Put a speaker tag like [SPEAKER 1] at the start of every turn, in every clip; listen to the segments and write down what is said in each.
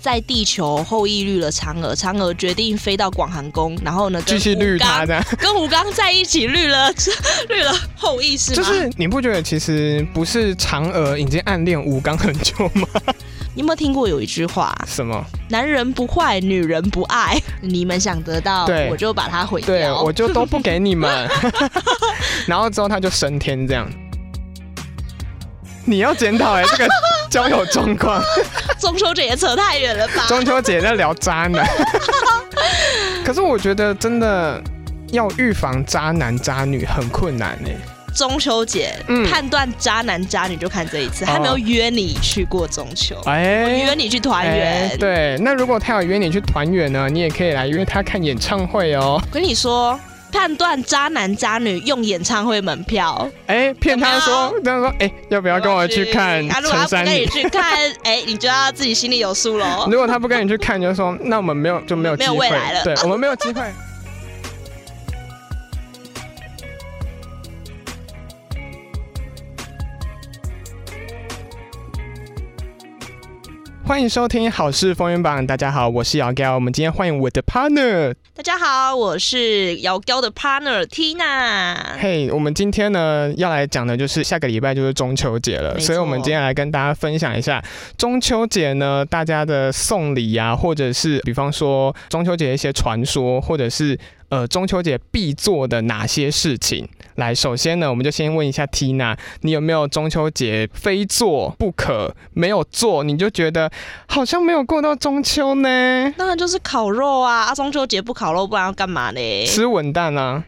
[SPEAKER 1] 在地球后羿绿了嫦娥，嫦娥决定飞到广寒宫，然后呢
[SPEAKER 2] 继续绿它这样。
[SPEAKER 1] 跟吴刚在一起绿了 绿了后羿是吗？
[SPEAKER 2] 就是你不觉得其实不是嫦娥已经暗恋吴刚很久 吗？
[SPEAKER 1] 你有没有听过有一句话？
[SPEAKER 2] 什么？
[SPEAKER 1] 男人不坏，女人不爱。你们想得到
[SPEAKER 2] 对，
[SPEAKER 1] 我就把它毁
[SPEAKER 2] 对
[SPEAKER 1] 掉。
[SPEAKER 2] 我就都不给你们，然后之后他就升天这样。你要检讨哎，这个交友状况，
[SPEAKER 1] 中秋节也扯太远了吧？
[SPEAKER 2] 中秋节在聊渣男。 可是我觉得真的要预防渣男渣女很困难哎、
[SPEAKER 1] 中秋节、
[SPEAKER 2] 嗯
[SPEAKER 1] 判断渣男渣女就看这一次，
[SPEAKER 2] 哦
[SPEAKER 1] 还没有约你去过中秋，
[SPEAKER 2] 哎、
[SPEAKER 1] 约你去团圆。
[SPEAKER 2] 哎对，那如果他有约你去团圆呢，你也可以来约他看演唱会哦。
[SPEAKER 1] 我跟你说，判断渣男渣女用演唱会门票，
[SPEAKER 2] 哎、骗他说
[SPEAKER 1] 怎么，
[SPEAKER 2] 他说，哎、要不要跟我去看
[SPEAKER 1] 啊，如果他
[SPEAKER 2] 陈
[SPEAKER 1] 不
[SPEAKER 2] 珊
[SPEAKER 1] 跟
[SPEAKER 2] 妮
[SPEAKER 1] 你？去看， 哎、你就要自己心里有数喽。
[SPEAKER 2] 如果他不跟你去看，你就说那我们没有就没有
[SPEAKER 1] 没
[SPEAKER 2] 机
[SPEAKER 1] 有
[SPEAKER 2] 会，
[SPEAKER 1] 未来了
[SPEAKER 2] 对我们没有机会。欢迎收听《好事风云榜》，大家好，我是姚彪。我们今天欢迎我的 partner，
[SPEAKER 1] 大家好，我是姚娇的 partner Tina。
[SPEAKER 2] 嘿我们今天呢要来讲的就是下个礼拜就是中秋节了，
[SPEAKER 1] 没错
[SPEAKER 2] 所以我们今天来跟大家分享一下中秋节呢大家的送礼啊，或者是比方说中秋节一些传说，或者是呃中秋节必做的哪些事情。来，首先呢，我们就先问一下 Tina，你有没有中秋节非做不可，没有做你就觉得好像没有过到中秋呢？
[SPEAKER 1] 当然就是烤肉啊！啊，中秋节不烤肉，不然要干嘛呢？
[SPEAKER 2] 吃文旦啊，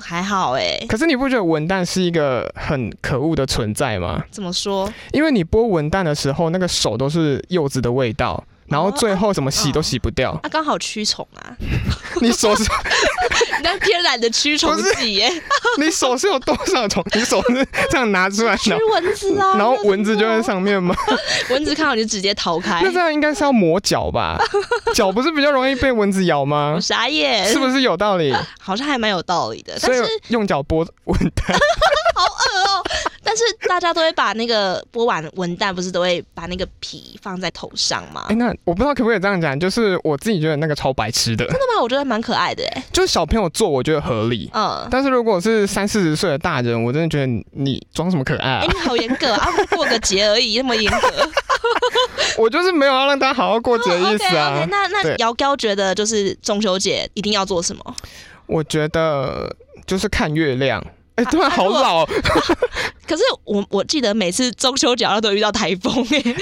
[SPEAKER 1] 还好哎、
[SPEAKER 2] 可是你不觉得文旦是一个很可恶的存在吗？
[SPEAKER 1] 怎么说？
[SPEAKER 2] 因为你剥文旦的时候，那个手都是柚子的味道，然
[SPEAKER 1] 哦
[SPEAKER 2] 后最后怎么洗都洗不掉。
[SPEAKER 1] 啊，刚好驱虫 啊，
[SPEAKER 2] 你 手是，
[SPEAKER 1] 那天然的驱虫
[SPEAKER 2] 不是
[SPEAKER 1] 剂耶、
[SPEAKER 2] 你手是有多少虫？你手是这样拿 出来，
[SPEAKER 1] 驱
[SPEAKER 2] 然后
[SPEAKER 1] 蚊子啊，
[SPEAKER 2] 然后
[SPEAKER 1] 那
[SPEAKER 2] 蚊子就在上面吗？
[SPEAKER 1] 蚊子看到你就直接逃开
[SPEAKER 2] 那，这样应该是要磨脚 吧？脚不是比较容易被蚊子咬吗
[SPEAKER 1] 我？傻眼，
[SPEAKER 2] 是不是有道理？
[SPEAKER 1] 好像还蛮有道理的。
[SPEAKER 2] 所
[SPEAKER 1] 呃但
[SPEAKER 2] 以
[SPEAKER 1] 是
[SPEAKER 2] 用脚剥蚊蛋，
[SPEAKER 1] 但是大家都会把那个剥完文旦，不是都会把那个皮放在头上吗？
[SPEAKER 2] 哎，
[SPEAKER 1] 真
[SPEAKER 2] 那我不知道可不可以这样讲，就是我自己觉得那个超白痴 的，
[SPEAKER 1] 的吗？我觉得蛮可爱的哎、
[SPEAKER 2] 就是小朋友做我觉得合理，
[SPEAKER 1] 嗯。
[SPEAKER 2] 但是如果是三四十岁的大人，我真的觉得你你装什么可爱啊
[SPEAKER 1] 哎、？你好严格啊！ 不过个节而已，那么严 格。
[SPEAKER 2] 我就是没有要让大家好好过节的意
[SPEAKER 1] OK
[SPEAKER 2] 思啊。
[SPEAKER 1] OK，那哦那
[SPEAKER 2] 对
[SPEAKER 1] 姚高觉得就是中秋节一定要做什么？
[SPEAKER 2] 我觉得就是看月亮。哎、
[SPEAKER 1] 啊
[SPEAKER 2] 突然好 老哦，
[SPEAKER 1] 可是我我记得每次中秋节好像都遇到台风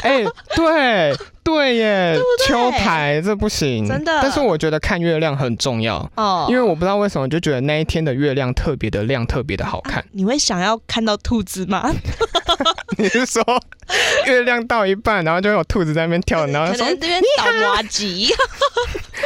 [SPEAKER 1] 哎、
[SPEAKER 2] 哎、对对耶，
[SPEAKER 1] 对
[SPEAKER 2] 秋排这不行，
[SPEAKER 1] 真的
[SPEAKER 2] 但是我觉得看月亮很重要，
[SPEAKER 1] 哦，
[SPEAKER 2] 因为我不知道为什么就觉得那一天的月亮特别的亮，特别的好 看。
[SPEAKER 1] 你会想要看到兔子吗？
[SPEAKER 2] 你是说月亮到一半，然后就有兔子在那边跳，然后
[SPEAKER 1] 可
[SPEAKER 2] 说
[SPEAKER 1] 能这边倒
[SPEAKER 2] 啊
[SPEAKER 1] 麻吉。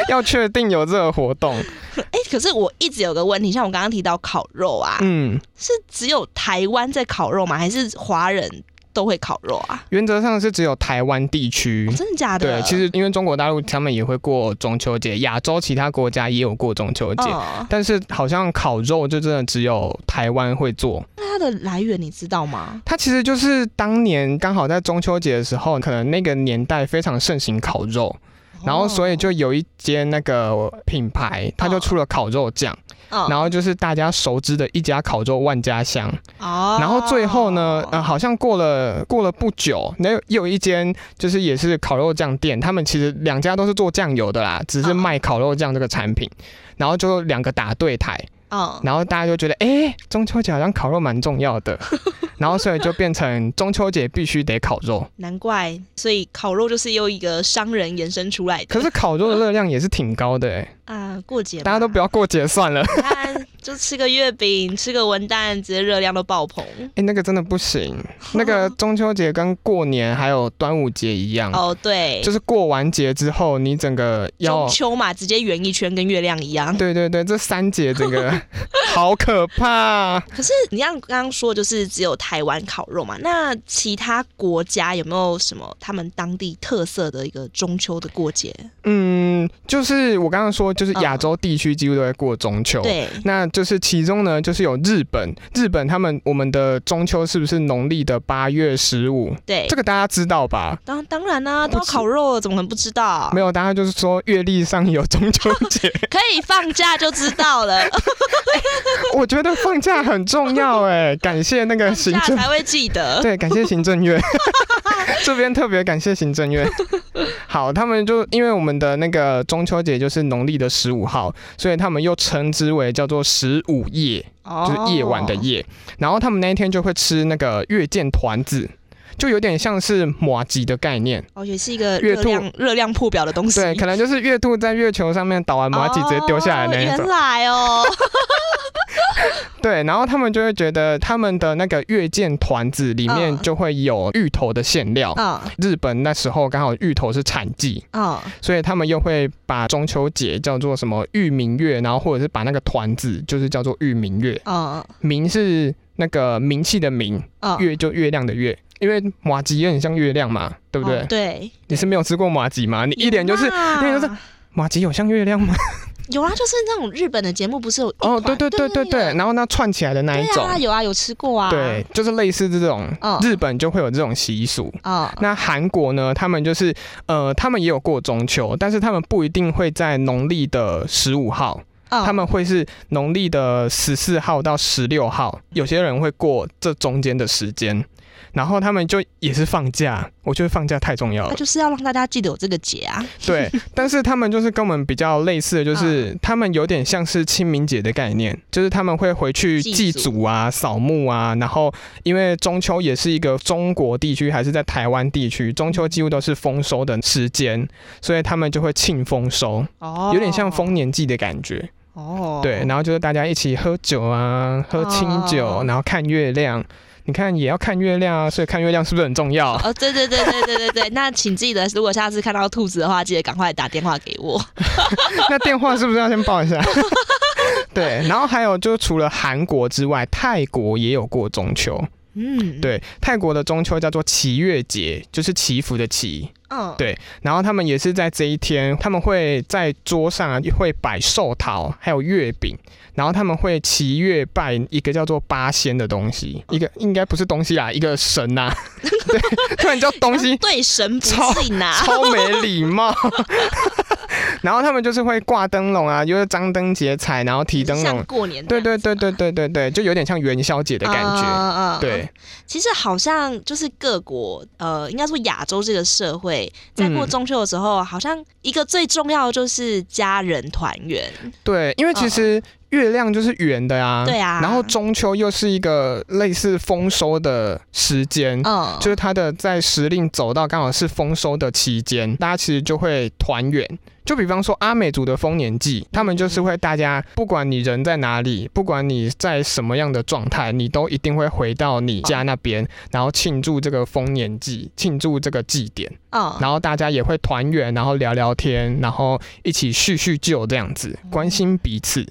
[SPEAKER 2] 要确定有这个活动？
[SPEAKER 1] 哎、可是我一直有个问题，像我刚刚提到烤肉啊，
[SPEAKER 2] 嗯，
[SPEAKER 1] 是只有台湾在烤肉吗？还是华人都会烤肉啊？
[SPEAKER 2] 原则上是只有台湾地区
[SPEAKER 1] 哦。真的假的？
[SPEAKER 2] 嗯对，其实因为中国大陆他们也会过中秋节，亚洲其他国家也有过中秋节，
[SPEAKER 1] 哦，
[SPEAKER 2] 但是好像烤肉就真的只有台湾会做。
[SPEAKER 1] 那它的来源你知道吗？
[SPEAKER 2] 它其实就是当年刚好在中秋节的时候，可能那个年代非常盛行烤肉，
[SPEAKER 1] 哦
[SPEAKER 2] 然后所以就有一间那个品牌，它就出了烤肉酱，
[SPEAKER 1] 哦，
[SPEAKER 2] 然后就是大家熟知的一家烤肉万家香。
[SPEAKER 1] 哦
[SPEAKER 2] 然后最后呢，呃，好像过了过了不久，那又有一间就是也是烤肉酱店，他们其实两家都是做酱油的啦，只是
[SPEAKER 1] 嗯
[SPEAKER 2] 卖烤肉酱这个产品，然后就两个打对台。
[SPEAKER 1] 嗯，
[SPEAKER 2] 然后大家就觉得，哎、中秋节好像烤肉蛮重 要的，然后所以就变成中秋节必须得烤肉。
[SPEAKER 1] 难怪，所以烤肉就是由一个商人延伸出来的。
[SPEAKER 2] 可是烤肉的热量也是挺高的、哎，
[SPEAKER 1] 啊、过节嘛
[SPEAKER 2] 大家都不要过节算了。
[SPEAKER 1] 你看，就吃个月饼，吃个文旦，直接热量都爆棚。
[SPEAKER 2] 哎、那个真的 不行，那个中秋节跟过年还有端午节一样，
[SPEAKER 1] 哦，对，
[SPEAKER 2] 嗯就是过完节之后，你整个要
[SPEAKER 1] 中，秋嘛，直接圆一圈，跟月亮一样。
[SPEAKER 2] 对对对，这三节 整个好可怕。啊
[SPEAKER 1] 可是你像刚刚说，就是只有台湾烤肉嘛，那其他国家有没有什么他们当地特色的一个中秋的过节？
[SPEAKER 2] 嗯，嗯，就是我刚刚说，就是亚洲地区几乎都在过中秋。
[SPEAKER 1] 嗯对，
[SPEAKER 2] 那就是其中呢，就是有日本，日本他们我们的中秋是不是农历的八月十五？
[SPEAKER 1] 对，
[SPEAKER 2] 这个大家知道吧？
[SPEAKER 1] 当当然啦、都
[SPEAKER 2] 不
[SPEAKER 1] 要
[SPEAKER 2] 知
[SPEAKER 1] 烤肉了，怎么可能不知道？
[SPEAKER 2] 没有，大家就是说月历上有中秋 节，
[SPEAKER 1] 可以放假就知道了，
[SPEAKER 2] 我觉得放假很重要哎，感谢那个
[SPEAKER 1] 放
[SPEAKER 2] 行
[SPEAKER 1] 假
[SPEAKER 2] 政，
[SPEAKER 1] 才会记得。
[SPEAKER 2] 对，感谢行政 院，这边特别感谢行政院。好，他们就因为我们的那个中秋节就是农历的十五号，所以他们又称之为叫做十五夜。
[SPEAKER 1] 哦
[SPEAKER 2] 就是夜晚的夜。然后他们那一天就会吃那个月见团子，就有点像是马吉的概念。
[SPEAKER 1] 哦，也是一个
[SPEAKER 2] 月
[SPEAKER 1] 热量热量破表的东西。
[SPEAKER 2] 对，可能就是月兔在月球上面倒完马吉直接丢下来那一
[SPEAKER 1] 哦、
[SPEAKER 2] 种。
[SPEAKER 1] 原来哦，
[SPEAKER 2] 对，然后他们就会觉得他们的那个月见团子里面
[SPEAKER 1] 嗯
[SPEAKER 2] 就会有芋头的馅料。
[SPEAKER 1] 嗯
[SPEAKER 2] 日本那时候刚好芋头是产季，
[SPEAKER 1] 嗯，
[SPEAKER 2] 所以他们又会把中秋节叫做什么芋明月，然后或者是把那个团子就是叫做芋明月，
[SPEAKER 1] 嗯
[SPEAKER 2] 明是那个名气的明，
[SPEAKER 1] 嗯，
[SPEAKER 2] 月就月亮的月，因为马吉也很像月亮嘛，对
[SPEAKER 1] 哦对
[SPEAKER 2] 不对？
[SPEAKER 1] 对，
[SPEAKER 2] 你是没有吃过马吉吗？你一脸就是
[SPEAKER 1] 有
[SPEAKER 2] 脸就是
[SPEAKER 1] 啦
[SPEAKER 2] 马吉有像月亮吗？
[SPEAKER 1] 有啊，就是那种日本的节目，不是有一
[SPEAKER 2] 哦，对
[SPEAKER 1] 款
[SPEAKER 2] 对对对对，然后那串起来的那一
[SPEAKER 1] 对
[SPEAKER 2] 种，
[SPEAKER 1] 啊，有啊，有吃过啊，
[SPEAKER 2] 对，就是类似这种，
[SPEAKER 1] 嗯
[SPEAKER 2] 日本就会有这种习俗。
[SPEAKER 1] 啊，
[SPEAKER 2] 那韩国呢？他们就是呃，他们也有过中秋，但是他们不一定会在农历的十五号，
[SPEAKER 1] 嗯
[SPEAKER 2] 他们会是农历的十四号到十六号，有些人会过这中间的时间，然后他们就也是放假。我觉得放假太重要了
[SPEAKER 1] 他。就是要让大家记得有这个节啊，
[SPEAKER 2] 对，但是他们就是跟我们比较类似的，就是、
[SPEAKER 1] 嗯
[SPEAKER 2] 他们有点像是清明节的概念，就是他们会回去祭
[SPEAKER 1] 祭祖
[SPEAKER 2] 祖啊、扫墓啊，然后因为中秋也是一个中国地区还是在台湾地区，中秋几乎都是丰收的时间，所以他们就会庆丰收，
[SPEAKER 1] 哦，
[SPEAKER 2] 有点像丰年祭的感觉。
[SPEAKER 1] 哦，
[SPEAKER 2] 对，然后就是大家一起喝酒啊，喝清酒，
[SPEAKER 1] 哦
[SPEAKER 2] 然后看月亮。你看也要看月亮啊，所以看月亮是不是很重要？
[SPEAKER 1] 哦，对对对对对对对，那请记得，如果下次看到兔子的话，记得赶快打电话给我。
[SPEAKER 2] 那电话是不是要先报一下？ 对，然后还有就除了韩国之外，泰国也有过中秋。
[SPEAKER 1] 嗯，，
[SPEAKER 2] 对，泰国的中秋叫做祈月节，就是祈福的祈。
[SPEAKER 1] 嗯，
[SPEAKER 2] 对然后他们也是在这一天，他们会在桌上啊会摆寿桃，还有月饼，然后他们会祈月拜一个叫做八仙的东西，一个应该不是东西啊啦，一个神呐、 对，突然叫 东西，
[SPEAKER 1] 啊对神不
[SPEAKER 2] 超
[SPEAKER 1] 敬啊，
[SPEAKER 2] 超没礼貌。 然后他们就是会挂灯笼啊，就是张灯结彩，然后提灯笼
[SPEAKER 1] 像，过年这
[SPEAKER 2] 对
[SPEAKER 1] 样啊
[SPEAKER 2] 对对对对对对，就有点像元宵节的感
[SPEAKER 1] 嗯
[SPEAKER 2] 觉。
[SPEAKER 1] 嗯嗯
[SPEAKER 2] 对，
[SPEAKER 1] 其实好像就是各国，呃，应该说亚洲这个社会，在过
[SPEAKER 2] 嗯
[SPEAKER 1] 中秋的时候，好像一个最重要的就是家人团圆。
[SPEAKER 2] 对，因为其实月亮就是圆的啊，
[SPEAKER 1] 对啊
[SPEAKER 2] 然后中秋又是一个类似丰收的时间。
[SPEAKER 1] 嗯，
[SPEAKER 2] 就是它的在时令走到刚好是丰收的期间，大家其实就会团圆。就比方说阿美族的丰年祭，他们就是会大家不管你人在哪里，不管你在什么样的状态，你都一定会回到你家那边，然后庆祝这个丰年祭，庆祝这个祭典，
[SPEAKER 1] 嗯，
[SPEAKER 2] 然后大家也会团圆，然后聊聊天，然后一起叙叙旧这样子，关心彼此。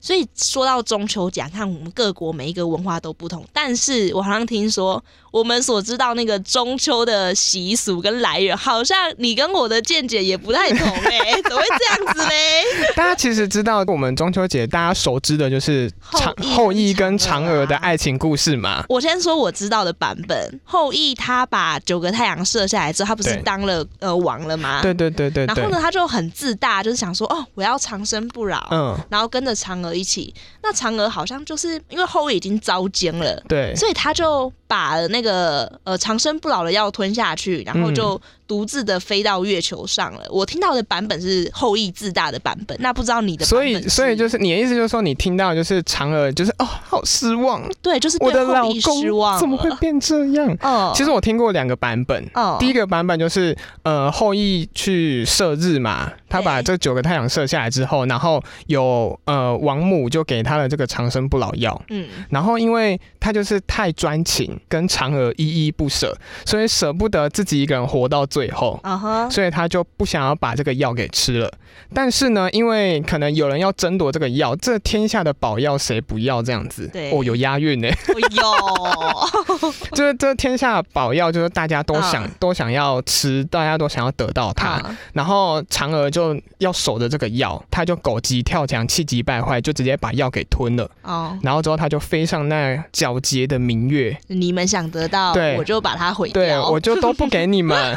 [SPEAKER 1] 所以说到中秋节，看我们各国每一个文化都不同，但是我好像听说，我们所知道那个中秋的习俗跟来源，好像你跟我的见解也不太同哎、 怎么会这样子嘞？
[SPEAKER 2] 大家其实知道，我们中秋节大家熟知的就是长后
[SPEAKER 1] 后羿
[SPEAKER 2] 羿跟
[SPEAKER 1] 跟嫦
[SPEAKER 2] 嫦
[SPEAKER 1] 娥啊
[SPEAKER 2] 娥的爱情故事嘛。
[SPEAKER 1] 我先说我知道的版本，后羿他把九个太阳射下来之后，他不是
[SPEAKER 2] 对
[SPEAKER 1] 当了呃王了吗？
[SPEAKER 2] 对对对对
[SPEAKER 1] 然
[SPEAKER 2] 对
[SPEAKER 1] 后。呢，他就很自大，就是想说哦，我要长生不老，
[SPEAKER 2] 嗯，
[SPEAKER 1] 然后跟着嫦娥一起。那嫦娥好像就是因为后羿已经遭奸了。
[SPEAKER 2] 对，
[SPEAKER 1] 所以他就把那个呃长生不老的药吞下去，然
[SPEAKER 2] 嗯
[SPEAKER 1] 后就独自的飞到月球上了。我听到的版本是后羿自大的版本，那不知道你的版
[SPEAKER 2] 所
[SPEAKER 1] 本
[SPEAKER 2] 以所以就是是你的意思就是说，你听到就是嫦娥就是哦，好失望，
[SPEAKER 1] 对，就是
[SPEAKER 2] 我
[SPEAKER 1] 对
[SPEAKER 2] 的老
[SPEAKER 1] 后羿
[SPEAKER 2] 公
[SPEAKER 1] 失望了
[SPEAKER 2] 怎么会？变这样？
[SPEAKER 1] 哦，
[SPEAKER 2] 其实我听过两个版本。
[SPEAKER 1] 哦，
[SPEAKER 2] 第一
[SPEAKER 1] 一
[SPEAKER 2] 个版本就是，呃，后羿去射日嘛，他把这九个太阳射下来之后，然后有呃王母就给他了这个长生不老药，
[SPEAKER 1] 嗯
[SPEAKER 2] 然后因为他就是太专情，跟嫦娥依依不舍，所以舍不得自己一个人活到最后，
[SPEAKER 1] 啊 哈，
[SPEAKER 2] 所以他就不想要把这个药给吃了。但是呢，因为可能有人要争夺这个药，这天下的宝药谁不要这样子？
[SPEAKER 1] 对
[SPEAKER 2] 哦，有押 韵呢，
[SPEAKER 1] 我 有，
[SPEAKER 2] 就是这天下的宝药，就是大家都想、
[SPEAKER 1] 嗯
[SPEAKER 2] 都想要吃，大家都想要得到它。
[SPEAKER 1] 啊
[SPEAKER 2] 然后嫦娥就要守着这个药，他就狗急跳墙，气急败坏，就直接把药给吞了。
[SPEAKER 1] 哦，
[SPEAKER 2] 然后之后他就飞上那皎洁的明月，
[SPEAKER 1] 你们想得到
[SPEAKER 2] 对，
[SPEAKER 1] 我就把它毁掉。
[SPEAKER 2] 对我就都不给 你们。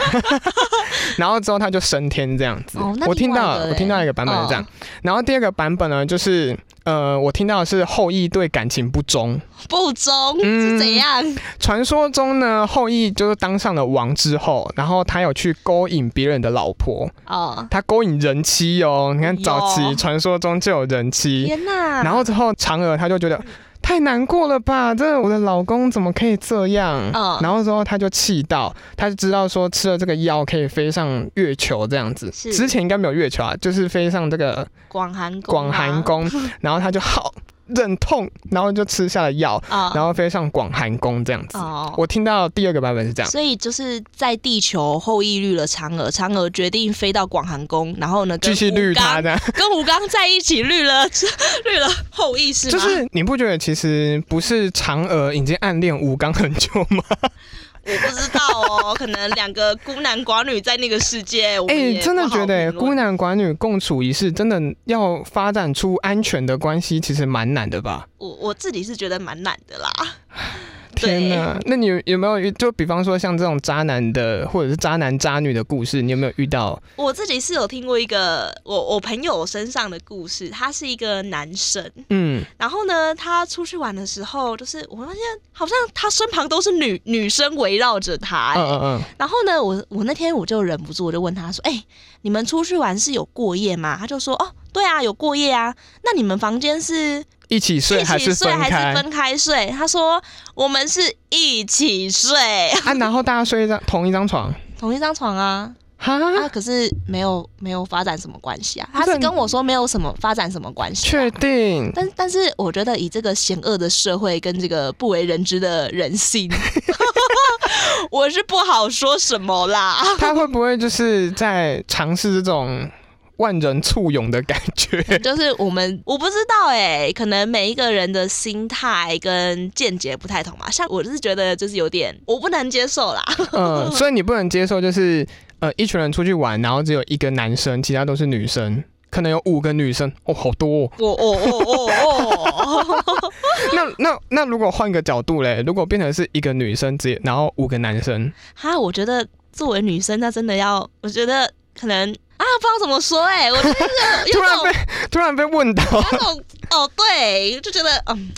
[SPEAKER 2] 然后之后他就升天这样子。
[SPEAKER 1] 哦那
[SPEAKER 2] 我
[SPEAKER 1] 另
[SPEAKER 2] 听
[SPEAKER 1] 外
[SPEAKER 2] 到
[SPEAKER 1] 一个哎嗯
[SPEAKER 2] 了
[SPEAKER 1] 嘞
[SPEAKER 2] 我听到一个版本是这样，然后第二个版本呢，就是呃，我听到的是后羿对感情不忠。
[SPEAKER 1] 不忠
[SPEAKER 2] 嗯
[SPEAKER 1] 是怎样？
[SPEAKER 2] 传说中呢，后羿就是当上了王之后，然后他有去勾引别人的老婆，
[SPEAKER 1] 哦，
[SPEAKER 2] 他勾引人妻哦。你看
[SPEAKER 1] 哟
[SPEAKER 2] 早期传说中就有人妻，
[SPEAKER 1] 哎天哪！嗯
[SPEAKER 2] 然后之后嫦娥她就觉得。太难过了吧！这我的老公怎么可以这样？
[SPEAKER 1] 嗯
[SPEAKER 2] 然后之后她就气到，她就知道说吃了这个药可以飞上月球这样子。
[SPEAKER 1] 是
[SPEAKER 2] 之前应该没有月球啊，就是飞上这个
[SPEAKER 1] 广寒宫啊，
[SPEAKER 2] 广寒宫，然后她就好忍痛，然后就吃下了药，
[SPEAKER 1] 啊，
[SPEAKER 2] 然后飞上广寒宫这样子。
[SPEAKER 1] 哦，
[SPEAKER 2] 我听到第二个版本是这样，
[SPEAKER 1] 所以就是在地球后羿绿了嫦娥，嫦娥决定飞到广寒宫，然后呢跟
[SPEAKER 2] 继续绿
[SPEAKER 1] 吴刚
[SPEAKER 2] 它这样，
[SPEAKER 1] 跟吴刚在一起绿了 绿了后羿是吗？
[SPEAKER 2] 就是你不觉得其实不是嫦娥已经暗恋吴刚很久吗？
[SPEAKER 1] 我不知道哦， 可能两个孤男寡女在那个世界，我们
[SPEAKER 2] 哎、
[SPEAKER 1] 也
[SPEAKER 2] 真的
[SPEAKER 1] 不好
[SPEAKER 2] 觉得、
[SPEAKER 1] 评论
[SPEAKER 2] 孤男寡女共处一室，真的要发展出安全的关系，其实蛮难的吧？
[SPEAKER 1] 我我自己是觉得蛮懒的啦。对
[SPEAKER 2] 天哪！那你有有没有遇？就比方说像这种渣男的，或者是渣男渣女的故事，你有没有遇到？
[SPEAKER 1] 我自己是有听过一个我我朋友身上的故事，他是一个男生，
[SPEAKER 2] 嗯，
[SPEAKER 1] 然后呢，他出去玩的时候，就是我发现好像他身旁都是女女生围绕着他、欸
[SPEAKER 2] 嗯嗯嗯，
[SPEAKER 1] 然后呢，我我那天我就忍不住，我就问他说：“哎、你们出去玩是有过夜吗？”他就说：“哦，对啊，有过夜啊。那你们房间是
[SPEAKER 2] 一起睡
[SPEAKER 1] 一
[SPEAKER 2] 还
[SPEAKER 1] 起
[SPEAKER 2] 是
[SPEAKER 1] 睡
[SPEAKER 2] 分
[SPEAKER 1] 还
[SPEAKER 2] 开
[SPEAKER 1] 是分开睡？”他说：“我们是一起睡，
[SPEAKER 2] 啊？然后大家睡一张同一张床，
[SPEAKER 1] 同一张床啊。”
[SPEAKER 2] 哈，
[SPEAKER 1] 啊，可是没有没有发展什么关系啊。他
[SPEAKER 2] 这
[SPEAKER 1] 是跟我说没有什么发展什么关系啊、
[SPEAKER 2] 确定？
[SPEAKER 1] 但但是我觉得以这个险恶的社会跟这个不为人知的人 性，我是不好说什么啦。
[SPEAKER 2] 他会不会就是在尝试这种万人簇拥的感觉？
[SPEAKER 1] 就是我们我不知道哎、可能每一个人的心态跟见解不太同嘛。像我是觉得就是有点我不能接受啦。
[SPEAKER 2] 嗯，所以你不能接受就是呃一群人出去玩，然后只有一个男生，其他都是女生。可能有五个女生哦，好多、哦。
[SPEAKER 1] 我我我我我，
[SPEAKER 2] 那那那如果换个角度嘞，如果变成是一个女生只然后五个男生，
[SPEAKER 1] 哈，我觉得作为女生，那真的要，我觉得可能啊，不知道怎么说哎、我就是 有
[SPEAKER 2] 突
[SPEAKER 1] 有
[SPEAKER 2] 然
[SPEAKER 1] 种
[SPEAKER 2] 被突然被问到，
[SPEAKER 1] 那种哦，对，就觉得嗯，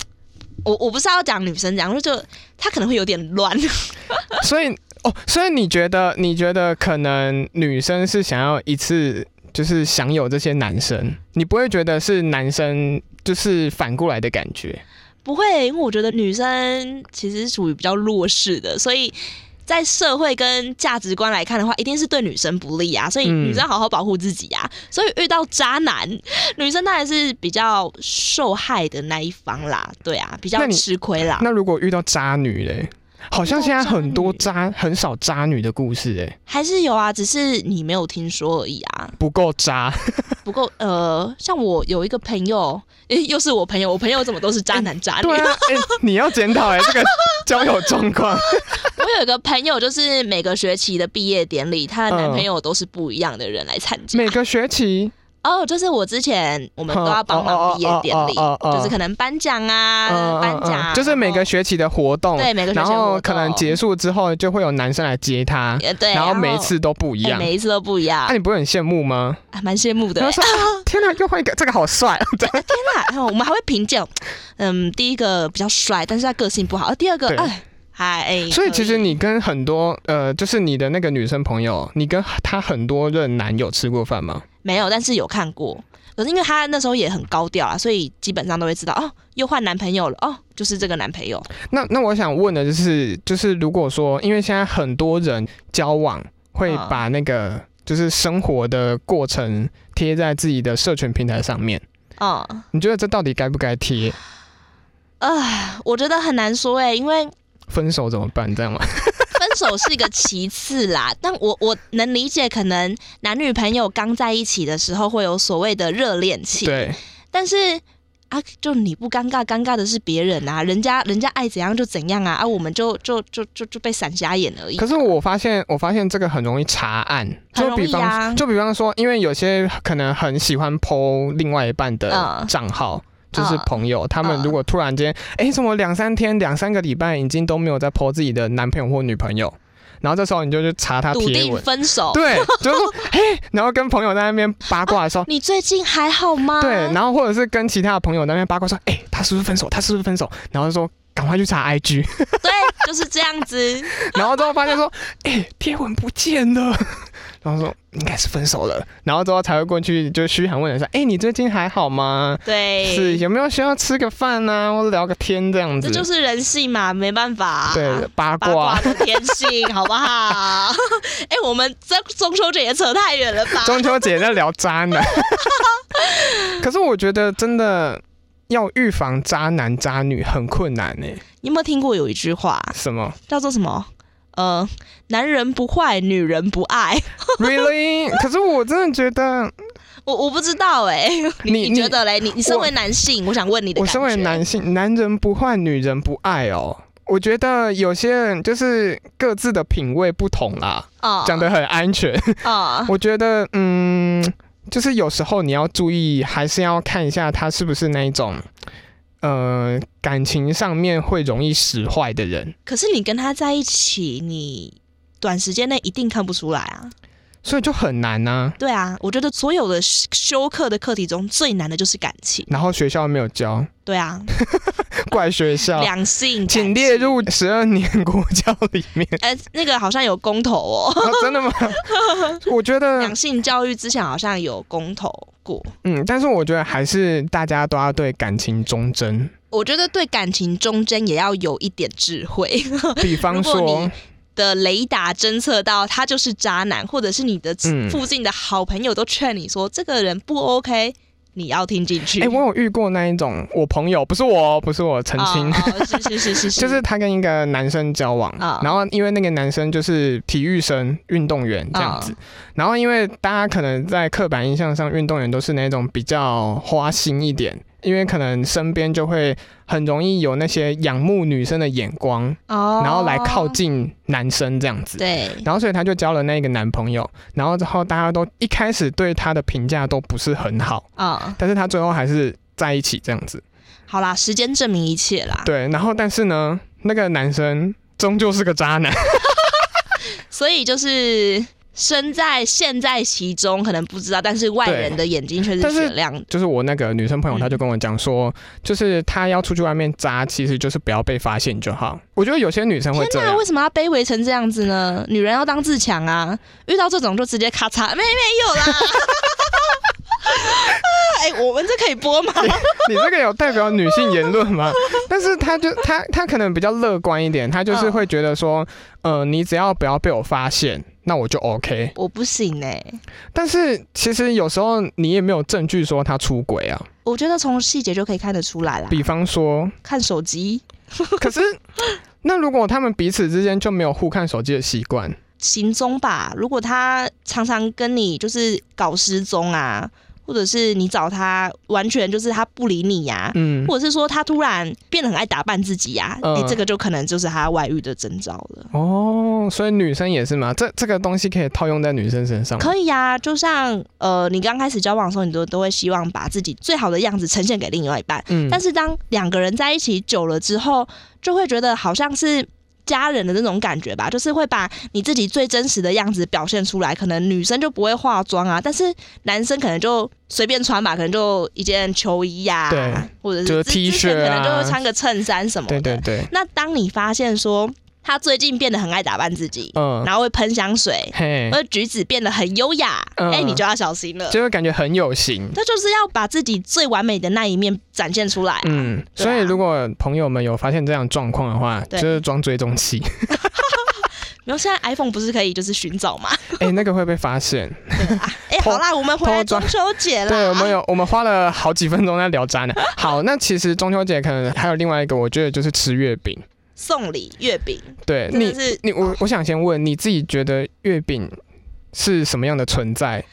[SPEAKER 1] 我我不是要讲女生讲，我就觉得她可能会有点乱。
[SPEAKER 2] 所以哦，所以你觉得你觉得可能女生是想要一次就是享有这些男生，你不会觉得是男生就是反过来的感觉？
[SPEAKER 1] 不会，因为我觉得女生其实属于比较弱势的，所以在社会跟价值观来看的话，一定是对女生不利啊。所以
[SPEAKER 2] 嗯
[SPEAKER 1] 女生好好保护自己啊。所以遇到渣男，女生当然是比较受害的那一方啦。对啊，比
[SPEAKER 2] 那
[SPEAKER 1] 较
[SPEAKER 2] 你
[SPEAKER 1] 吃亏啦。
[SPEAKER 2] 那如果遇到渣女嘞？好像现在很多渣很少渣女的故事哎、
[SPEAKER 1] 还是有啊，只是你没有听说而已啊。
[SPEAKER 2] 不够渣。
[SPEAKER 1] 不过呃，像我有一个朋友， 诶，又是我朋友，我朋友怎么都是渣男渣女？
[SPEAKER 2] 对啊，哎、你要检讨哎这个交友状况。
[SPEAKER 1] 我有一个朋友，就是每个学期的毕业典礼，她的男朋友都是不一样的人来参加。
[SPEAKER 2] 嗯每个学期
[SPEAKER 1] 哦，就是我之前我们都要帮忙毕业典礼，
[SPEAKER 2] 哦哦哦哦哦哦
[SPEAKER 1] 就是可能颁奖啊，颁奖啊、
[SPEAKER 2] 嗯就是每个学期的活动，
[SPEAKER 1] 对每个学期
[SPEAKER 2] 然
[SPEAKER 1] 的
[SPEAKER 2] 后
[SPEAKER 1] 活
[SPEAKER 2] 可能
[SPEAKER 1] 动
[SPEAKER 2] 结束之后就会有男生来接她，
[SPEAKER 1] 呃对，
[SPEAKER 2] 然后每一次都不一
[SPEAKER 1] 哎
[SPEAKER 2] 样。啊哎
[SPEAKER 1] 每一次都不一样
[SPEAKER 2] 那、，你不会很羡慕吗？
[SPEAKER 1] 还蛮羡 慕的、
[SPEAKER 2] 然后说、啊天哪，又换一个，这个 好帅，这样
[SPEAKER 1] 那、哎我们还会评鉴，嗯，第一个比较帅，但是他个性不好；第二个
[SPEAKER 2] 对，
[SPEAKER 1] 哎，还哎，
[SPEAKER 2] 所以
[SPEAKER 1] 可
[SPEAKER 2] 其实你跟很多呃，就是你的那个女生朋友，你跟她很多任男友吃过饭吗？
[SPEAKER 1] 没有，但是有看过。可是因为他那时候也很高调啊，所以基本上都会知道哦，又换男朋友了哦，就是这个男朋友。
[SPEAKER 2] 那那我想问的就是，就是如果说，因为现在很多人交往会
[SPEAKER 1] 嗯
[SPEAKER 2] 把那个、就是生活的过程贴在自己的社群平台上面，
[SPEAKER 1] 哦，
[SPEAKER 2] 你觉得这到底该不该贴？
[SPEAKER 1] 唉，啊我觉得很难说哎、因为
[SPEAKER 2] 分手怎么办？这样吗？
[SPEAKER 1] 分手是一个其次啦， 但我我能理解，可能男女朋友刚在一起的时候会有所谓的热恋期，
[SPEAKER 2] 对，
[SPEAKER 1] 但是。啊，就你不尴尬，尴尬的是别人啊，人家人家爱怎样就怎样啊，啊，我们就就就就就被闪瞎眼而已。
[SPEAKER 2] 可是我发现，我发现这个很容易查案，
[SPEAKER 1] 很
[SPEAKER 2] 就
[SPEAKER 1] 容易
[SPEAKER 2] 比方、
[SPEAKER 1] 啊
[SPEAKER 2] 就比方说，因为有些可能很喜欢 PO 另外一半的
[SPEAKER 1] 嗯
[SPEAKER 2] 账号。就是
[SPEAKER 1] 嗯
[SPEAKER 2] 朋友，他们
[SPEAKER 1] 嗯
[SPEAKER 2] 如果突然间，哎、怎么两三天、两三个礼拜已经都没有在 PO 自己的男朋友或女朋友，然后这时候你就去查他
[SPEAKER 1] 笃
[SPEAKER 2] 贴
[SPEAKER 1] 定
[SPEAKER 2] 文，
[SPEAKER 1] 分手，
[SPEAKER 2] 对，就是说，嘿，然后跟朋友在那边八卦 的时候，
[SPEAKER 1] 你最近还好吗？
[SPEAKER 2] 啊对，然后或者是跟其他的朋友在那边八卦说，哎、他是不是分手？他是不是分手？然后就说赶快去查 IG，
[SPEAKER 1] 对，就是这样子。
[SPEAKER 2] 然后之后发现说，哎、贴文不见了，然后说应该是分手了，然后之后才会过去就嘘寒问暖说，哎、你最近还好吗？
[SPEAKER 1] 对，
[SPEAKER 2] 是有没有需要吃个饭呢、或者聊个天这样
[SPEAKER 1] 哎这
[SPEAKER 2] 子？
[SPEAKER 1] 就是人性嘛，没办法、啊
[SPEAKER 2] 对八
[SPEAKER 1] 八
[SPEAKER 2] 卦
[SPEAKER 1] 卦。的天性，好不好？ 哎、我们这中秋节也扯太远了吧？
[SPEAKER 2] 中秋节在聊渣男， 可是我觉得真的要预防渣男渣女很困难呢、
[SPEAKER 1] 你有没有听过有一句话
[SPEAKER 2] 什么
[SPEAKER 1] 叫做什么？呃，男人不坏，女人不爱。
[SPEAKER 2] ？Really？可是我真的觉得，
[SPEAKER 1] 我我不知道哎、
[SPEAKER 2] 你
[SPEAKER 1] 你觉得嘞？你你身
[SPEAKER 2] 我
[SPEAKER 1] 为男性，我想问你的
[SPEAKER 2] 我
[SPEAKER 1] 感觉。
[SPEAKER 2] 身为男性，男人不坏，女人不爱哦。我觉得有些人就是各自的品味不同啦，
[SPEAKER 1] 啊
[SPEAKER 2] 讲得很安 全。
[SPEAKER 1] 啊，
[SPEAKER 2] 我觉得，嗯，就是有时候你要注意，还是要看一下他是不是那一种，呃，感情上面会容易使坏的人。
[SPEAKER 1] 可是你跟他在一起，你短时间内一定看不出来啊。
[SPEAKER 2] 所以就很难呐、
[SPEAKER 1] 对啊，我觉得所有的修修课的课题中最难的就是感情。
[SPEAKER 2] 然后学校没 有教，
[SPEAKER 1] 对啊，
[SPEAKER 2] 怪学校，
[SPEAKER 1] 两性感
[SPEAKER 2] 啊请
[SPEAKER 1] 情
[SPEAKER 2] 列入十二年国教里 面。
[SPEAKER 1] 哎、那个好像有公投哦，
[SPEAKER 2] 啊真的吗？我觉得
[SPEAKER 1] 两，性教育之前好像有公投过。
[SPEAKER 2] 嗯，但是我觉得还是大家都要对感情忠 贞。
[SPEAKER 1] 我觉得对感情中间也要有一点智慧
[SPEAKER 2] 比方
[SPEAKER 1] 如果
[SPEAKER 2] 说
[SPEAKER 1] 你，的雷达侦测到他就是渣男，或者是你的
[SPEAKER 2] 嗯
[SPEAKER 1] 附近的好朋友都劝你说、这个人不 OK，你要听进去。
[SPEAKER 2] 哎、我有遇过那一种，我朋友不是我哦，不是我澄清。
[SPEAKER 1] 哦哦是是是是是，
[SPEAKER 2] 就是他跟一个男生交往
[SPEAKER 1] 啊
[SPEAKER 2] 然后因为那个男生就是体育生、运动员这样子
[SPEAKER 1] 哦
[SPEAKER 2] 然后因为大家可能在刻板印象上，运动员都是那种比较花心一点，因为可能身边就会很容易有那些仰慕女生的眼光，
[SPEAKER 1] 哦，
[SPEAKER 2] 然后来靠近男生这样子。
[SPEAKER 1] 对，
[SPEAKER 2] 然后所以她就交了那个男朋友，然后之后大家都一开始对她的评价都不是很好，
[SPEAKER 1] 啊、
[SPEAKER 2] 但是她最后还是在一起这样子。
[SPEAKER 1] 好啦，时间证明一切啦。
[SPEAKER 2] 对，然后但是呢，那个男生终究是个渣男。
[SPEAKER 1] 所以就是身在现在其中，可能不知道，但是外人的眼睛却是
[SPEAKER 2] 但是
[SPEAKER 1] 雪亮的。
[SPEAKER 2] 就是我那个女生朋友，
[SPEAKER 1] 嗯
[SPEAKER 2] 她就跟我讲说，就是她要出去外面渣，其实就是不要被发现就好。我觉得有些女生会
[SPEAKER 1] 天
[SPEAKER 2] 这
[SPEAKER 1] 呐，
[SPEAKER 2] 样
[SPEAKER 1] 为，什么要卑微成这样子呢？女人要当自强啊！遇到这种就直接咔嚓，没没有 啦。 哎、我们这可以播吗？
[SPEAKER 2] 你这个有代表女性言论吗？ 但是她就她她可能比较乐观一点，她就是
[SPEAKER 1] 嗯
[SPEAKER 2] 会觉得说，呃，你只要不要被我发现，那我就 OK。
[SPEAKER 1] 我不行哎、
[SPEAKER 2] 但是其实有时候你也没有证据说他出轨啊，
[SPEAKER 1] 我觉得从细节就可以看得出来啦。
[SPEAKER 2] 比 方说，
[SPEAKER 1] 看手机
[SPEAKER 2] 可是那如果他们彼此之间就没有互看手机的习惯，
[SPEAKER 1] 行踪吧，如果他常常跟你就是搞失踪啊，或者是你找他完全就是他不理你呀、
[SPEAKER 2] 嗯，
[SPEAKER 1] 或者是说他突然变得很爱打扮自己呀、
[SPEAKER 2] 嗯
[SPEAKER 1] 哎、这个就可能就是他外遇的征兆了。
[SPEAKER 2] 哦，所以女生也是嘛，这这个东西可以套用在女生身上吗，
[SPEAKER 1] 可以呀、就像呃，你刚开始交往的时候，你都都会希望把自己最好的样子呈现给另外一半，
[SPEAKER 2] 嗯，
[SPEAKER 1] 但是当两个人在一起久了之后，就会觉得好像是。家人的那种感觉吧，就是会把你自己最真实的样子表现出来。可能女生就不会化妆啊，但是男生可能就随便穿吧，可能就一件球衣呀、
[SPEAKER 2] 对
[SPEAKER 1] 或者是
[SPEAKER 2] 就是
[SPEAKER 1] 之
[SPEAKER 2] T
[SPEAKER 1] 之前可
[SPEAKER 2] 恤啊
[SPEAKER 1] 能就会穿个衬衫什么的。
[SPEAKER 2] 对对对，
[SPEAKER 1] 那当你发现说他最近变得很爱打扮自己，
[SPEAKER 2] 嗯，
[SPEAKER 1] 然后会喷香水，
[SPEAKER 2] 嘿，
[SPEAKER 1] 而举止变得很优雅，哎、
[SPEAKER 2] 嗯
[SPEAKER 1] 你就要小心了。
[SPEAKER 2] 就会感觉很有型。
[SPEAKER 1] 这就是要把自己最完美的那一面展现出来、嗯，
[SPEAKER 2] 嗯，
[SPEAKER 1] 对啊
[SPEAKER 2] 所以如果朋友们有发现这样状况的话，就
[SPEAKER 1] 对
[SPEAKER 2] 是装追踪器，
[SPEAKER 1] 然后现在 iPhone 不是可以就是寻 找嘛？
[SPEAKER 2] 哎、那个会被发现。
[SPEAKER 1] 对啊，哎、
[SPEAKER 2] 偷
[SPEAKER 1] 好啦，我们回来
[SPEAKER 2] 偷抓
[SPEAKER 1] 中秋节啦。
[SPEAKER 2] 对，我们有我们花了好几分钟在聊渣 男。好，那其实中秋节可能还有另外一个，我觉得就是吃月饼。
[SPEAKER 1] 送礼月饼，
[SPEAKER 2] 对
[SPEAKER 1] 真
[SPEAKER 2] 嗯你
[SPEAKER 1] 的，是
[SPEAKER 2] 你我我想先问你自己觉得月饼是什么样的存在？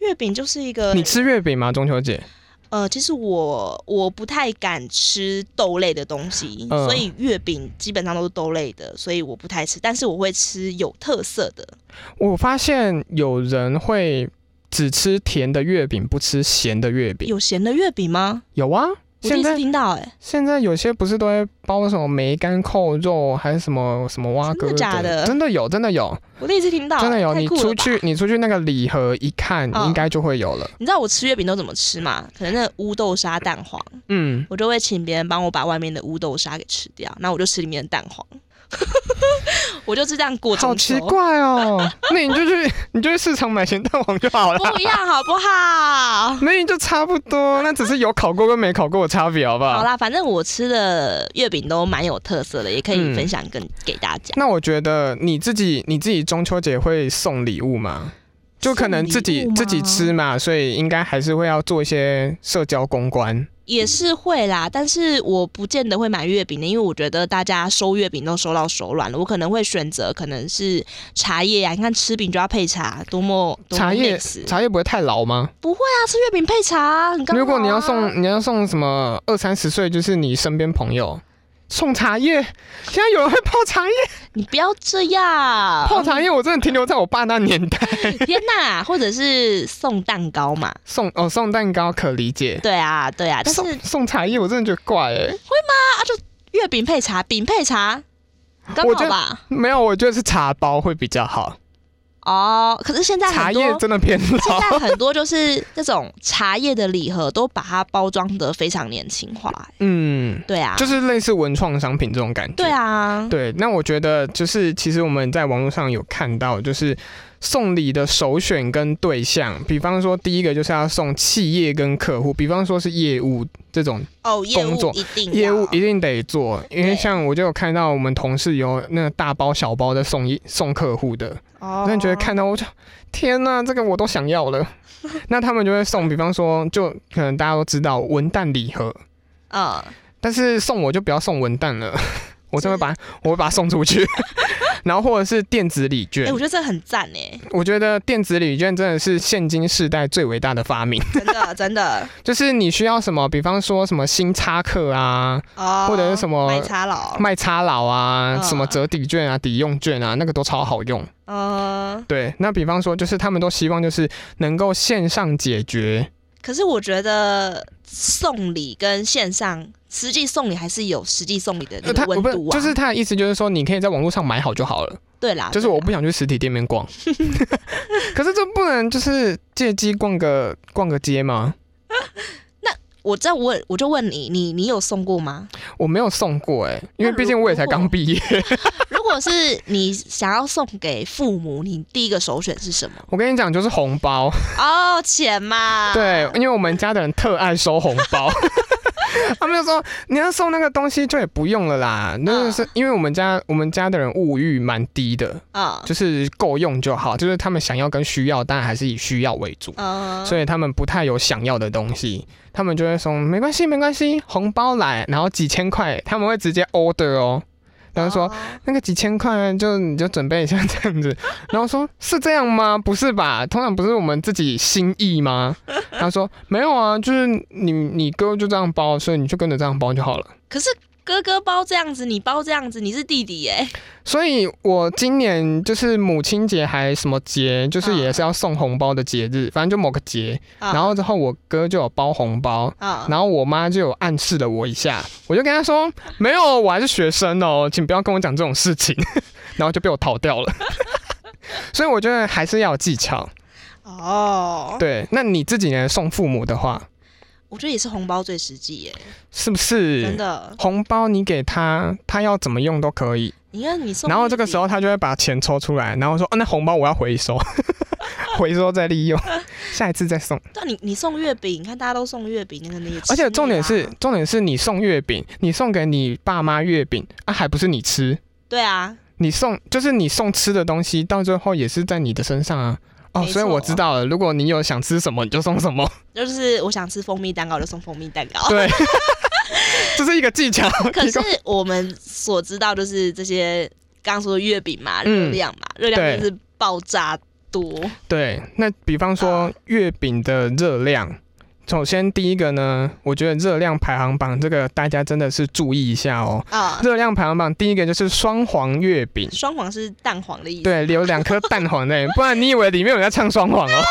[SPEAKER 1] 月饼就是一个
[SPEAKER 2] 你吃月饼吗？中秋节
[SPEAKER 1] 呃，其实我我不太敢吃豆类的东西，
[SPEAKER 2] 嗯
[SPEAKER 1] 所以月饼基本上都是豆类的，所以我不太吃。但是我会吃有特色的，
[SPEAKER 2] 我发现有人会只吃甜的月饼，不吃咸的月饼。
[SPEAKER 1] 有咸的月饼吗？
[SPEAKER 2] 有啊，
[SPEAKER 1] 我第
[SPEAKER 2] 现
[SPEAKER 1] 一次
[SPEAKER 2] 在
[SPEAKER 1] 听到、欸，
[SPEAKER 2] 现在有些不是都会包什么梅干扣肉，还是什么什么蛙哥
[SPEAKER 1] 真的假的
[SPEAKER 2] 真的有，真的有，
[SPEAKER 1] 我第一次听到、欸
[SPEAKER 2] 真的有。
[SPEAKER 1] 太
[SPEAKER 2] 你
[SPEAKER 1] 酷了
[SPEAKER 2] 出
[SPEAKER 1] 吧
[SPEAKER 2] 去，你出去那个礼盒一看，
[SPEAKER 1] 嗯
[SPEAKER 2] 应该就会有了。
[SPEAKER 1] 你知道我吃月饼都怎么吃吗？可能那个乌豆沙蛋黄，
[SPEAKER 2] 嗯，
[SPEAKER 1] 我就会请别人帮我把外面的乌豆沙给吃掉，那我就吃里面的蛋黄， 我就这样过
[SPEAKER 2] 好
[SPEAKER 1] 中
[SPEAKER 2] 奇
[SPEAKER 1] 秋。
[SPEAKER 2] 怪哦。 那你就去，你就去市场买咸蛋黄就好了。
[SPEAKER 1] 不一样好不好？
[SPEAKER 2] 那你就差不多，那只是有烤过跟没烤过的差别，好不
[SPEAKER 1] 好
[SPEAKER 2] 好？
[SPEAKER 1] 啦，反正我吃的月饼都蛮有特色的，也可以
[SPEAKER 2] 嗯
[SPEAKER 1] 分享跟、给大家。
[SPEAKER 2] 那我觉得你自己，你自己中秋节会送礼物吗？就可能自己
[SPEAKER 1] 送礼物吗
[SPEAKER 2] 自己吃嘛，所以应该还是会要做一些社交公关。
[SPEAKER 1] 也是会啦，但是我不见得会买月饼的，因为我觉得大家收月饼都收到手软了，我可能会选择可能是茶叶啊呀、你看吃饼就要配茶，多么多么
[SPEAKER 2] 茶叶
[SPEAKER 1] mix
[SPEAKER 2] 茶叶不会太老吗？
[SPEAKER 1] 不会啊，吃月饼配茶啊，很刚好啊
[SPEAKER 2] 如果你要送，你要送什么二三十岁，就是你身边朋友送茶叶。现在有人会泡茶叶，
[SPEAKER 1] 你不要这样，
[SPEAKER 2] 泡茶叶我真的停留在我爸那年代。
[SPEAKER 1] 天哪，或者是送蛋糕嘛？
[SPEAKER 2] 送哦送蛋糕可理解，
[SPEAKER 1] 对啊，对啊，但是
[SPEAKER 2] 送送茶叶我真的觉得怪哎、
[SPEAKER 1] 月饼配茶，饼配茶，刚
[SPEAKER 2] 我觉
[SPEAKER 1] 好
[SPEAKER 2] 得
[SPEAKER 1] 吧？
[SPEAKER 2] 没有，我觉得是茶包会比较好。
[SPEAKER 1] 哦，可是现在
[SPEAKER 2] 茶
[SPEAKER 1] 很多
[SPEAKER 2] 叶真的偏
[SPEAKER 1] 现
[SPEAKER 2] 老。
[SPEAKER 1] 在很多就是那种茶叶的礼盒，都把它包装得非常年轻化、欸
[SPEAKER 2] 嗯，
[SPEAKER 1] 对啊，
[SPEAKER 2] 就是类似文创商品这种感觉。
[SPEAKER 1] 对啊，
[SPEAKER 2] 对，那我觉得就是，其实我们在网络上有看到，就是送礼的首选跟对象，比方说第一个就是要送企业跟客户，比方说是业务这种
[SPEAKER 1] 哦，业
[SPEAKER 2] 工
[SPEAKER 1] 务
[SPEAKER 2] 作
[SPEAKER 1] 一定
[SPEAKER 2] 业务
[SPEAKER 1] 要
[SPEAKER 2] 一定得做，因为
[SPEAKER 1] 对
[SPEAKER 2] 像我就有看到我们同事有那个大包小包的送一送客户的，
[SPEAKER 1] 哦
[SPEAKER 2] 那你觉得看到我就天呐，这个我都想要 了。那他们就会送，比方说就可能大家都知道文旦礼盒，
[SPEAKER 1] 嗯，
[SPEAKER 2] 但是送我就不要送文旦了， 我真会把我会把它送 出去。然后或者是电子礼
[SPEAKER 1] 哎、
[SPEAKER 2] 券
[SPEAKER 1] 我，觉得这很赞哎，
[SPEAKER 2] 我觉得电子礼券真的是现今世代最伟大的发明。
[SPEAKER 1] 真的真的
[SPEAKER 2] 就是你需要什么，比方说什么星叉克啊、
[SPEAKER 1] 哦，
[SPEAKER 2] 或者是什么
[SPEAKER 1] 麦茶佬，
[SPEAKER 2] 卖叉佬啊、
[SPEAKER 1] 哦嗯
[SPEAKER 2] 什么折抵券啊、抵用券啊，那个都超好用。
[SPEAKER 1] 嗯、
[SPEAKER 2] 对，那比方说就是他们都希望就是能够线上解决，
[SPEAKER 1] 可是我觉得送礼跟线上实际送礼还是有实际送礼的那
[SPEAKER 2] 呃，他
[SPEAKER 1] 个温
[SPEAKER 2] 不是
[SPEAKER 1] 度啊，
[SPEAKER 2] 就是他的意思就是说你可以在网络上买好就好了。
[SPEAKER 1] 对啦，
[SPEAKER 2] 就是我
[SPEAKER 1] 啊对啦
[SPEAKER 2] 不想去实体店 面逛，可是这不能就是借机逛个逛个街吗？
[SPEAKER 1] 我在问，我就问你，你你有送过吗？
[SPEAKER 2] 我没有送过哎、因为
[SPEAKER 1] 那
[SPEAKER 2] 毕竟我也才
[SPEAKER 1] 如果
[SPEAKER 2] 刚毕业。
[SPEAKER 1] 如果是你想要送给父母，你第一个首选是什么？
[SPEAKER 2] 我跟你讲，就是红包，
[SPEAKER 1] 哦，钱嘛，
[SPEAKER 2] 对，因为我们家的人特爱收红 包。他们就说你要送那个东西就也不用了啦，
[SPEAKER 1] 啊
[SPEAKER 2] 那就是因为我们家我们家的人物欲蛮低的，
[SPEAKER 1] 啊，
[SPEAKER 2] 就是够用就好，就是他们想要跟需要，当然还是以需要为主。
[SPEAKER 1] 嗯，
[SPEAKER 2] 所以他们不太有想要的东西，他们就会说没关系没关系，红包来，然后几千块，他们会直接 order 哦，然后说、
[SPEAKER 1] 哦，
[SPEAKER 2] 那个几千块就你就准备一下这样子， 然后说是这样吗？不是吧？通常不是我们自己心意吗？ 然后说没有啊，就是你你哥就这样包，所以你就跟着这样包就好了。
[SPEAKER 1] 可是哥哥包这样子，你包这样子，你是弟弟耶，
[SPEAKER 2] 所以我今年就是母亲节还什么节，就是
[SPEAKER 1] 嗯
[SPEAKER 2] 也是要送红包的节日，反正就某个节，
[SPEAKER 1] 啊
[SPEAKER 2] 然后之后我哥就有包红包，
[SPEAKER 1] 啊，
[SPEAKER 2] 然后我妈就有暗示了我一下，我就跟她说没有，我还是学生哦，请不要跟我讲这种事情， 然后就被我逃掉了。 所以我觉得还是要有技巧。
[SPEAKER 1] 哦，
[SPEAKER 2] 对，那你自己呢？送父母的话，
[SPEAKER 1] 我觉得也是红包最实际耶，
[SPEAKER 2] 是不是？
[SPEAKER 1] 真的，
[SPEAKER 2] 红包你给他，他要怎么用都可以。
[SPEAKER 1] 你看你送弟弟，
[SPEAKER 2] 然后这个时候他就会把钱抽出来，然后说：“啊，那红包我要回收， 回收再 利用，下一次再送。
[SPEAKER 1] 对啊，你你送月饼，你看大家都送月饼，你可啊能也”吃
[SPEAKER 2] 而且重点
[SPEAKER 1] 腻
[SPEAKER 2] 是
[SPEAKER 1] 啦，，
[SPEAKER 2] 重点是你送月饼，你送给你爸妈月饼啊，还不是你吃？
[SPEAKER 1] 对啊，
[SPEAKER 2] 你送就是你送吃的东西，到最后也是在你的身上啊。哦，
[SPEAKER 1] 没错
[SPEAKER 2] 所以我知道了。如果你有想吃什么，你就送 什么。
[SPEAKER 1] 就是我想吃蜂蜜蛋糕，我就送蜂蜜蛋糕。
[SPEAKER 2] 对，这是一个技巧。
[SPEAKER 1] 可
[SPEAKER 2] 提
[SPEAKER 1] 是
[SPEAKER 2] 供
[SPEAKER 1] 我们所知道就是这些，刚刚说的月饼嘛，
[SPEAKER 2] 嗯
[SPEAKER 1] 热量嘛，热、量就是爆炸多。 啊
[SPEAKER 2] 对，那比方说月饼的热量，首先第一个呢，我觉得热量排行榜这个大家真的是注意一下哦。
[SPEAKER 1] 啊，
[SPEAKER 2] 热量排行榜第一个就是双黄月饼，
[SPEAKER 1] 双黄是蛋黄的意思。
[SPEAKER 2] 对，留两颗蛋黄在里面，不然你以为里面有人在唱双簧哦？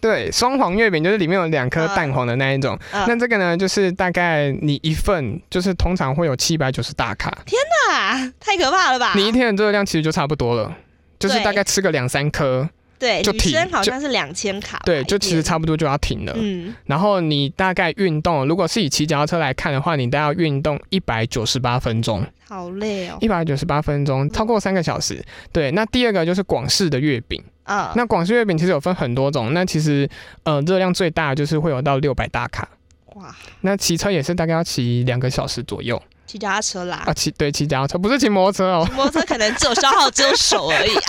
[SPEAKER 2] 对，双黄月饼就是里面有两颗蛋黄的那一种。
[SPEAKER 1] 嗯
[SPEAKER 2] 那这个呢，就是大概你一份，就是通常会有七百九十大卡，
[SPEAKER 1] 啊，太可怕了吧？
[SPEAKER 2] 你一天的热量其实就差不多了，就是
[SPEAKER 1] 对
[SPEAKER 2] 大概吃个两三颗，
[SPEAKER 1] 对
[SPEAKER 2] 就
[SPEAKER 1] 女
[SPEAKER 2] 挺
[SPEAKER 1] 生好
[SPEAKER 2] 就
[SPEAKER 1] 像是两千卡吧，
[SPEAKER 2] 对，就
[SPEAKER 1] 一
[SPEAKER 2] 其实
[SPEAKER 1] 天
[SPEAKER 2] 差不多就要停了。
[SPEAKER 1] 嗯，
[SPEAKER 2] 然后你大概运动，如果是以骑脚踏车来看的话，你大概要运动一百九十八分钟，
[SPEAKER 1] 好累哦。
[SPEAKER 2] 一百九十八分钟超过三个小时。对，那第二个就是广式的月饼。
[SPEAKER 1] 啊，
[SPEAKER 2] 那广式月饼其实有分很多种，那其实呃热量最大的就是会有到六百大卡。
[SPEAKER 1] 哇，
[SPEAKER 2] 那骑车也是大概要骑两个小时左右
[SPEAKER 1] 骑脚踏车啦，
[SPEAKER 2] 啊，骑对骑脚踏车不是骑摩托车哦，
[SPEAKER 1] 摩托车可能只有消耗只有手而已。啊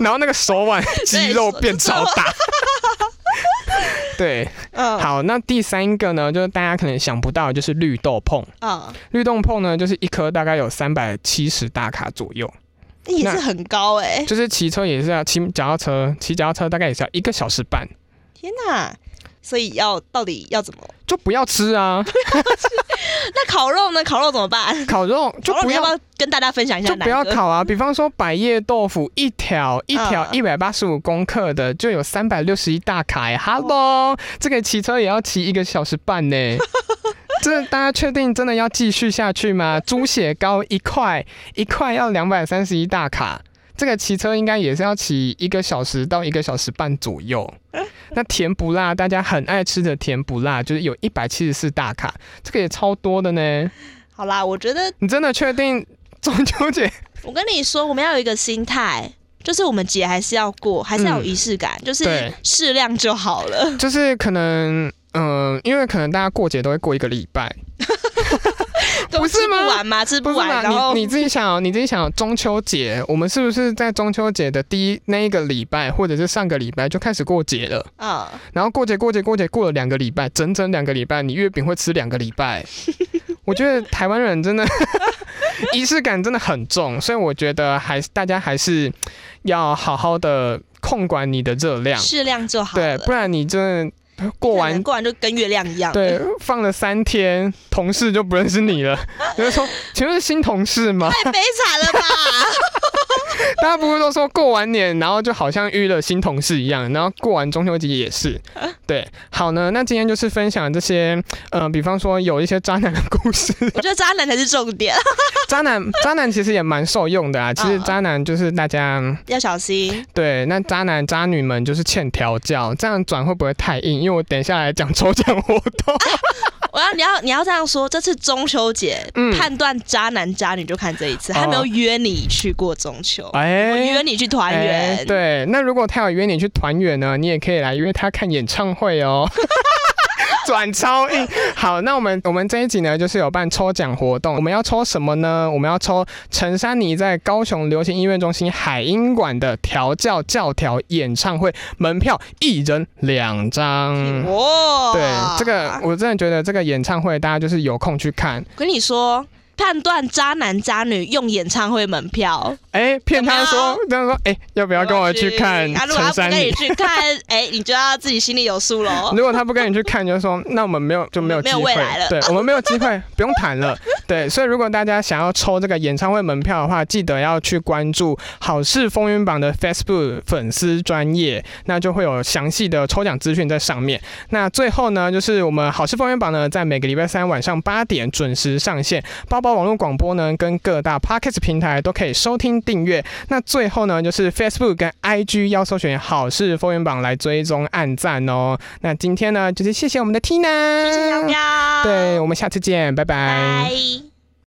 [SPEAKER 2] 然后那个手腕肌肉变超大。 对，
[SPEAKER 1] 嗯，
[SPEAKER 2] 好，那第三个呢，就是大家可能想不到，就是绿豆碰。
[SPEAKER 1] 嗯，
[SPEAKER 2] 绿豆碰呢，就是一颗大概有三百七十大卡左右，
[SPEAKER 1] 也是
[SPEAKER 2] 那
[SPEAKER 1] 很高哎。
[SPEAKER 2] 就是骑车也是要骑脚踏车，骑脚踏车大概也是要一个小时半，
[SPEAKER 1] 天哪！所以要到底要怎么？
[SPEAKER 2] 就不要吃啊，
[SPEAKER 1] 那烤肉呢？烤肉怎么办？
[SPEAKER 2] 烤肉就
[SPEAKER 1] 烤肉
[SPEAKER 2] 不
[SPEAKER 1] 哦你要
[SPEAKER 2] 要
[SPEAKER 1] 不要跟大家分享一下
[SPEAKER 2] 就
[SPEAKER 1] 哪
[SPEAKER 2] 不
[SPEAKER 1] 一
[SPEAKER 2] 要
[SPEAKER 1] 个？
[SPEAKER 2] 烤啊！比方说百叶豆腐一条一条
[SPEAKER 1] 嗯
[SPEAKER 2] 一百八十五公克的，就有三百六十一大卡耶、Hello，这
[SPEAKER 1] 哦
[SPEAKER 2] 个骑车也要骑一个小时半呢、 这大家确定真的要继续下去吗？猪血糕一块一块要两百三十一大卡，这个骑车应该也是要骑一个小时到一个小时半左 右。那甜不辣，大家很爱吃的甜不辣，就是有一百七十四大卡，这个也超多的呢。
[SPEAKER 1] 好啦，我觉得
[SPEAKER 2] 你真的确定中秋节
[SPEAKER 1] 我跟你说，我们要有一个心态。就是我们节还是要过，还是要有
[SPEAKER 2] 嗯
[SPEAKER 1] 仪式感，就是
[SPEAKER 2] 对
[SPEAKER 1] 适量就好了。
[SPEAKER 2] 就是可能，嗯、因为可能大家过节都会过一个礼拜，
[SPEAKER 1] 都
[SPEAKER 2] 不是
[SPEAKER 1] 吃
[SPEAKER 2] 吗
[SPEAKER 1] 不完嘛，吃
[SPEAKER 2] 不是
[SPEAKER 1] 完，
[SPEAKER 2] 嘛？
[SPEAKER 1] 然后
[SPEAKER 2] 你你自己想、哦，你自己想、哦，中秋节我们是不是在中秋节的第一那一个礼拜，或者是上个礼拜就开始过节了？
[SPEAKER 1] 嗯，
[SPEAKER 2] 然后过节过节过节过了两个礼拜，整整两个礼拜，你月饼会吃两个礼拜。我觉得台湾人真的 仪式感真的很重，所以我觉得还是大家还是要好好的控管你的热量，
[SPEAKER 1] 适量就好
[SPEAKER 2] 对
[SPEAKER 1] 了。，
[SPEAKER 2] 不然你真的过完
[SPEAKER 1] 过完就跟月亮一样。
[SPEAKER 2] 对，放了三天，同事就不认识你了。有人说，请问是新同事 吗？
[SPEAKER 1] 太悲惨了 吧？
[SPEAKER 2] 大家不是都说过完年，然后就好像遇了新同事一样，然后过完中秋节也 是。对，好呢，那今天就是分享这些，呃，比方说有一些渣男的 故事，
[SPEAKER 1] 我觉得渣男才是重点，
[SPEAKER 2] 渣男，渣男其实也蛮受用的啊。其实
[SPEAKER 1] 嗯
[SPEAKER 2] 渣男就是大家嗯
[SPEAKER 1] 要小心。
[SPEAKER 2] 对，那渣男渣女们就是欠调教，这样转会不会太硬？因为我等一下来讲抽奖活动。
[SPEAKER 1] 我要你要你要这样说，这次中秋节、
[SPEAKER 2] 嗯
[SPEAKER 1] 判断渣男渣女就看这一次，
[SPEAKER 2] 哦
[SPEAKER 1] 他没有约你去过中秋，
[SPEAKER 2] 哎
[SPEAKER 1] 我约啊你去团圆、
[SPEAKER 2] 哎对，那如果他有约你去团圆呢，你也可以来约他看演唱会 哦。转超硬，好，那我们我们这一集呢，就是有办抽奖活动，我们要抽什么呢？我们要抽陈珊妮在高雄流行音乐中心海音馆的调教教条演唱会门票，一人两张。
[SPEAKER 1] 哇
[SPEAKER 2] 嗯对，这个我真的觉得这个演唱会大家就是有空去看，
[SPEAKER 1] 我跟你说。判断渣男渣女用演唱会门票，
[SPEAKER 2] 哎、骗他
[SPEAKER 1] 有
[SPEAKER 2] 说，这样说，哎、要不要跟我去看
[SPEAKER 1] 啊如果他
[SPEAKER 2] 陈
[SPEAKER 1] 不
[SPEAKER 2] 珊
[SPEAKER 1] 跟
[SPEAKER 2] 妮嗯
[SPEAKER 1] 你？去 看，哎、你就要自己心里有数喽。
[SPEAKER 2] 如果他不跟你去看，就说那我们没有就没有
[SPEAKER 1] 没
[SPEAKER 2] 机
[SPEAKER 1] 有未
[SPEAKER 2] 会，
[SPEAKER 1] 来了
[SPEAKER 2] 对我们没有机会，不用谈了。对，所以如果大家想要抽这个演唱会门票的话，记得要去关注好事风云榜的 Facebook 粉丝专业，那就会有详细的抽奖资讯在上面。那最后呢，就是我们好事风云榜呢，在每个礼拜三晚上八点准时上线，包包网络广播呢，跟各大 Podcast 平台都可以收听订阅。那最后呢，就是 Facebook 跟 IG 要搜寻好事风云榜来追踪按赞哦。那今天呢，就是谢谢我们的 Tina，
[SPEAKER 1] 谢谢小喵，
[SPEAKER 2] 对我们下次见，拜拜
[SPEAKER 1] 拜。